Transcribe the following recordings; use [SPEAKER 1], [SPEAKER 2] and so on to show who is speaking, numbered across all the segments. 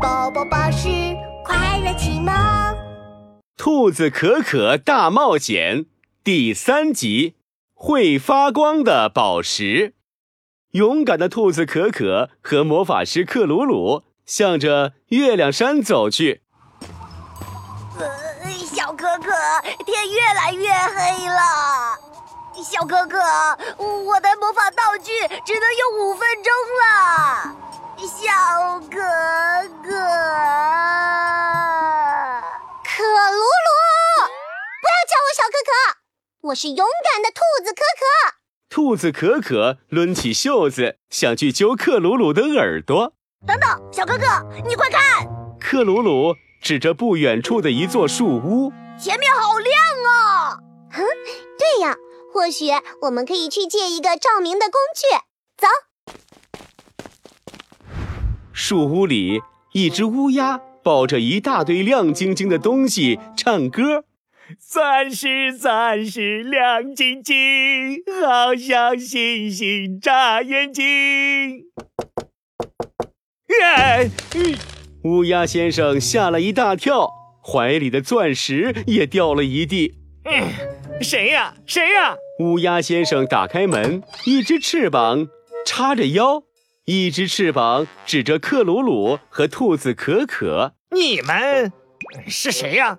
[SPEAKER 1] 宝宝巴士快乐启蒙。
[SPEAKER 2] 兔子可可大冒险第三集：会发光的宝石。勇敢的兔子可可和魔法师克鲁鲁向着月亮山走去。
[SPEAKER 1] 呃，小可可，天越来越黑了。小可可，我的魔法道具只能用五分钟了。小可可，
[SPEAKER 3] 可鲁鲁，不要叫我小可可，我是勇敢的兔子可可。
[SPEAKER 2] 兔子可可抡起袖子，想去揪克鲁鲁的耳朵。
[SPEAKER 1] 等等，小可可，你快看，
[SPEAKER 2] 克鲁鲁指着不远处的一座树屋。
[SPEAKER 1] 前面好亮啊！
[SPEAKER 3] 对呀，或许我们可以去借一个照明的工具。走，
[SPEAKER 2] 树屋里，一只乌鸦抱着一大堆亮晶晶的东西唱歌。
[SPEAKER 4] 钻石，钻石亮晶晶，好像星星眨眼睛。哎，
[SPEAKER 2] 乌鸦先生吓了一大跳，怀里的钻石也掉了一地。
[SPEAKER 4] 谁呀、谁呀、
[SPEAKER 2] 乌鸦先生打开门，一只翅膀叉着腰，一只翅膀指着克鲁鲁和兔子可可。
[SPEAKER 4] 你们是谁呀、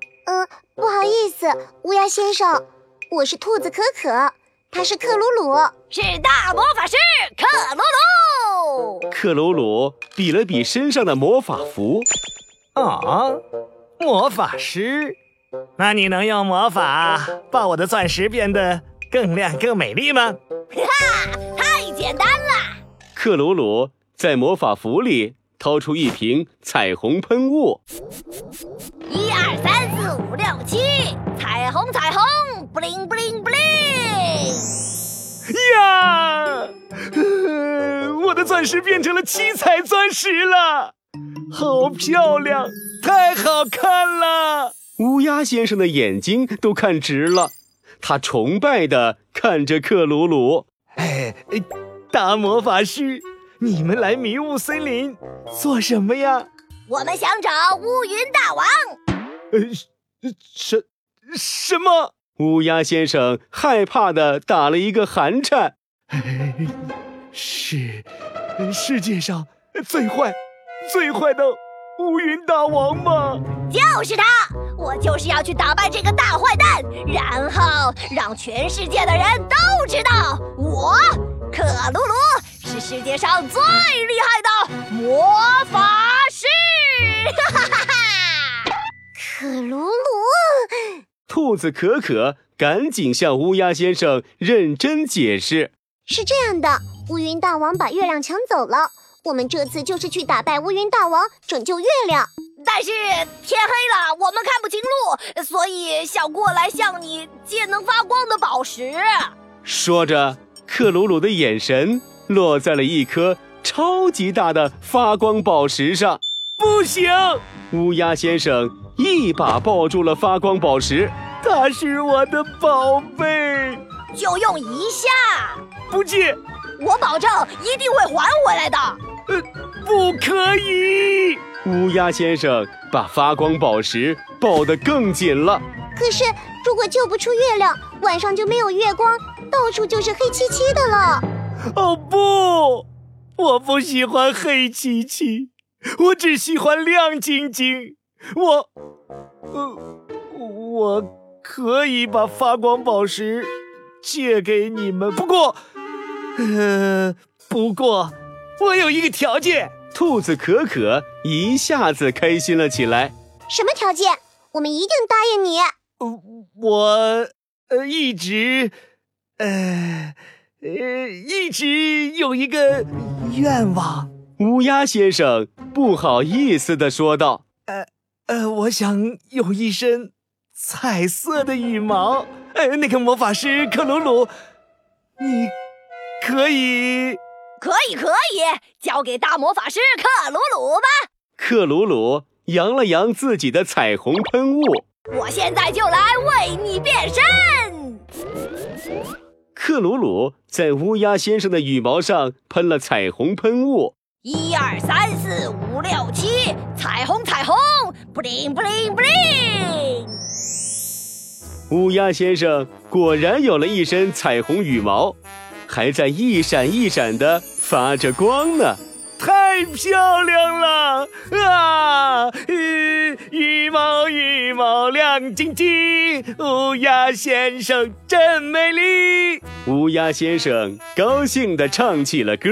[SPEAKER 3] 不好意思，乌鸦先生，我是兔子可可，他是克鲁鲁。
[SPEAKER 1] 是大魔法师克鲁鲁。
[SPEAKER 2] 克鲁鲁比了比身上的魔法符，
[SPEAKER 4] 啊，魔法师？那你能用魔法把我的钻石变得更亮、更美丽吗？
[SPEAKER 1] 太简单了，
[SPEAKER 2] 克鲁鲁在魔法符里掏出一瓶彩虹喷雾。
[SPEAKER 1] 一二三四五六七，彩虹彩虹，bling bling bling。
[SPEAKER 4] 呀，呃我的钻石变成了七彩钻石了，好漂亮，太好看了！
[SPEAKER 2] 乌鸦先生的眼睛都看直了，他崇拜地看着克鲁鲁。
[SPEAKER 4] 哎，哎大魔法师，你们来迷雾森林做什么呀？
[SPEAKER 1] 我们想找乌云大王。
[SPEAKER 4] 呃，什什么？
[SPEAKER 2] 乌鸦先生害怕地打了一个寒颤。
[SPEAKER 4] 是 世界上最坏、最坏的乌云大王吗？
[SPEAKER 1] 就是他，我就是要去打败这个大坏蛋，然后让全世界的人都知道我克鲁鲁是世界上最厉害的魔法师！ 哈哈哈哈！
[SPEAKER 3] 可鲁鲁，
[SPEAKER 2] 兔子可可赶紧向乌鸦先生认真解释。
[SPEAKER 3] 是这样的，乌云大王把月亮抢走了，我们这次就是去打败乌云大王，拯救月亮。
[SPEAKER 1] 但是天黑了，我们看不清路，所以想过来向你借能发光的宝石。
[SPEAKER 2] 说着，克鲁鲁的眼神落在了一颗超级大的发光宝石上。
[SPEAKER 4] 不行，
[SPEAKER 2] 乌鸦先生一把抱住了发光宝石。
[SPEAKER 4] 它是我的宝贝，
[SPEAKER 1] 就用一下，
[SPEAKER 4] 不借，
[SPEAKER 1] 我保证一定会还回来的。
[SPEAKER 4] 不可以！
[SPEAKER 2] 乌鸦先生把发光宝石抱得更紧了。
[SPEAKER 3] 可是如果救不出月亮，晚上就没有月光，到处就是黑漆漆的了。
[SPEAKER 4] 哦不，我不喜欢黑漆漆，我只喜欢亮晶晶。我，呃，我可以把发光宝石借给你们，不过，呃，不过我有一个条件。
[SPEAKER 2] 兔子可可一下子开心了起来。
[SPEAKER 3] 什么条件？我们一定答应你。
[SPEAKER 4] 我呃一直呃呃一直有一个愿望，
[SPEAKER 2] 乌鸦先生不好意思地说道
[SPEAKER 4] 呃，我想有一身彩色的羽毛。呃，那个魔法师克鲁鲁，你可以
[SPEAKER 1] 可以可以，交给大魔法师克鲁鲁吧。：“
[SPEAKER 2] 克鲁鲁扬了扬自己的彩虹喷雾。
[SPEAKER 1] 我现在就来为你变身。”
[SPEAKER 2] 克鲁鲁在乌鸦先生的羽毛上喷了彩虹喷雾。
[SPEAKER 1] 一二三四五六七，彩彩虹彩虹，bling bling bling。
[SPEAKER 2] 乌鸦先生果然有了一身彩虹羽毛，还在一闪一闪的发着光呢。
[SPEAKER 4] 太漂亮了啊！呃羽毛羽毛亮晶晶，乌鸦先生真美丽。
[SPEAKER 2] 乌鸦先生高兴地唱起了歌。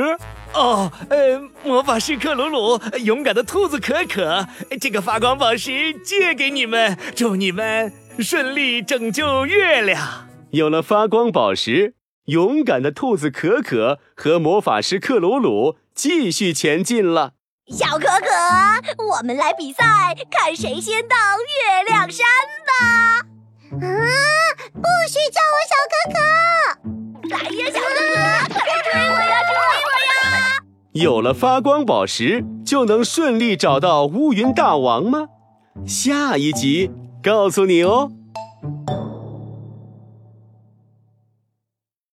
[SPEAKER 4] 哦，呃，魔法师克鲁鲁，勇敢的兔子可可，这个发光宝石借给你们，祝你们顺利拯救月亮。
[SPEAKER 2] 有了发光宝石，勇敢的兔子可可和魔法师克鲁鲁继续前进了。
[SPEAKER 1] 小可可，我们来比赛，看谁先到月亮山吧！
[SPEAKER 3] 啊，不许叫我小可可！
[SPEAKER 1] 来呀，小可可，快来追我呀，追我呀！
[SPEAKER 2] 有了发光宝石，就能顺利找到乌云大王吗？下一集告诉你哦。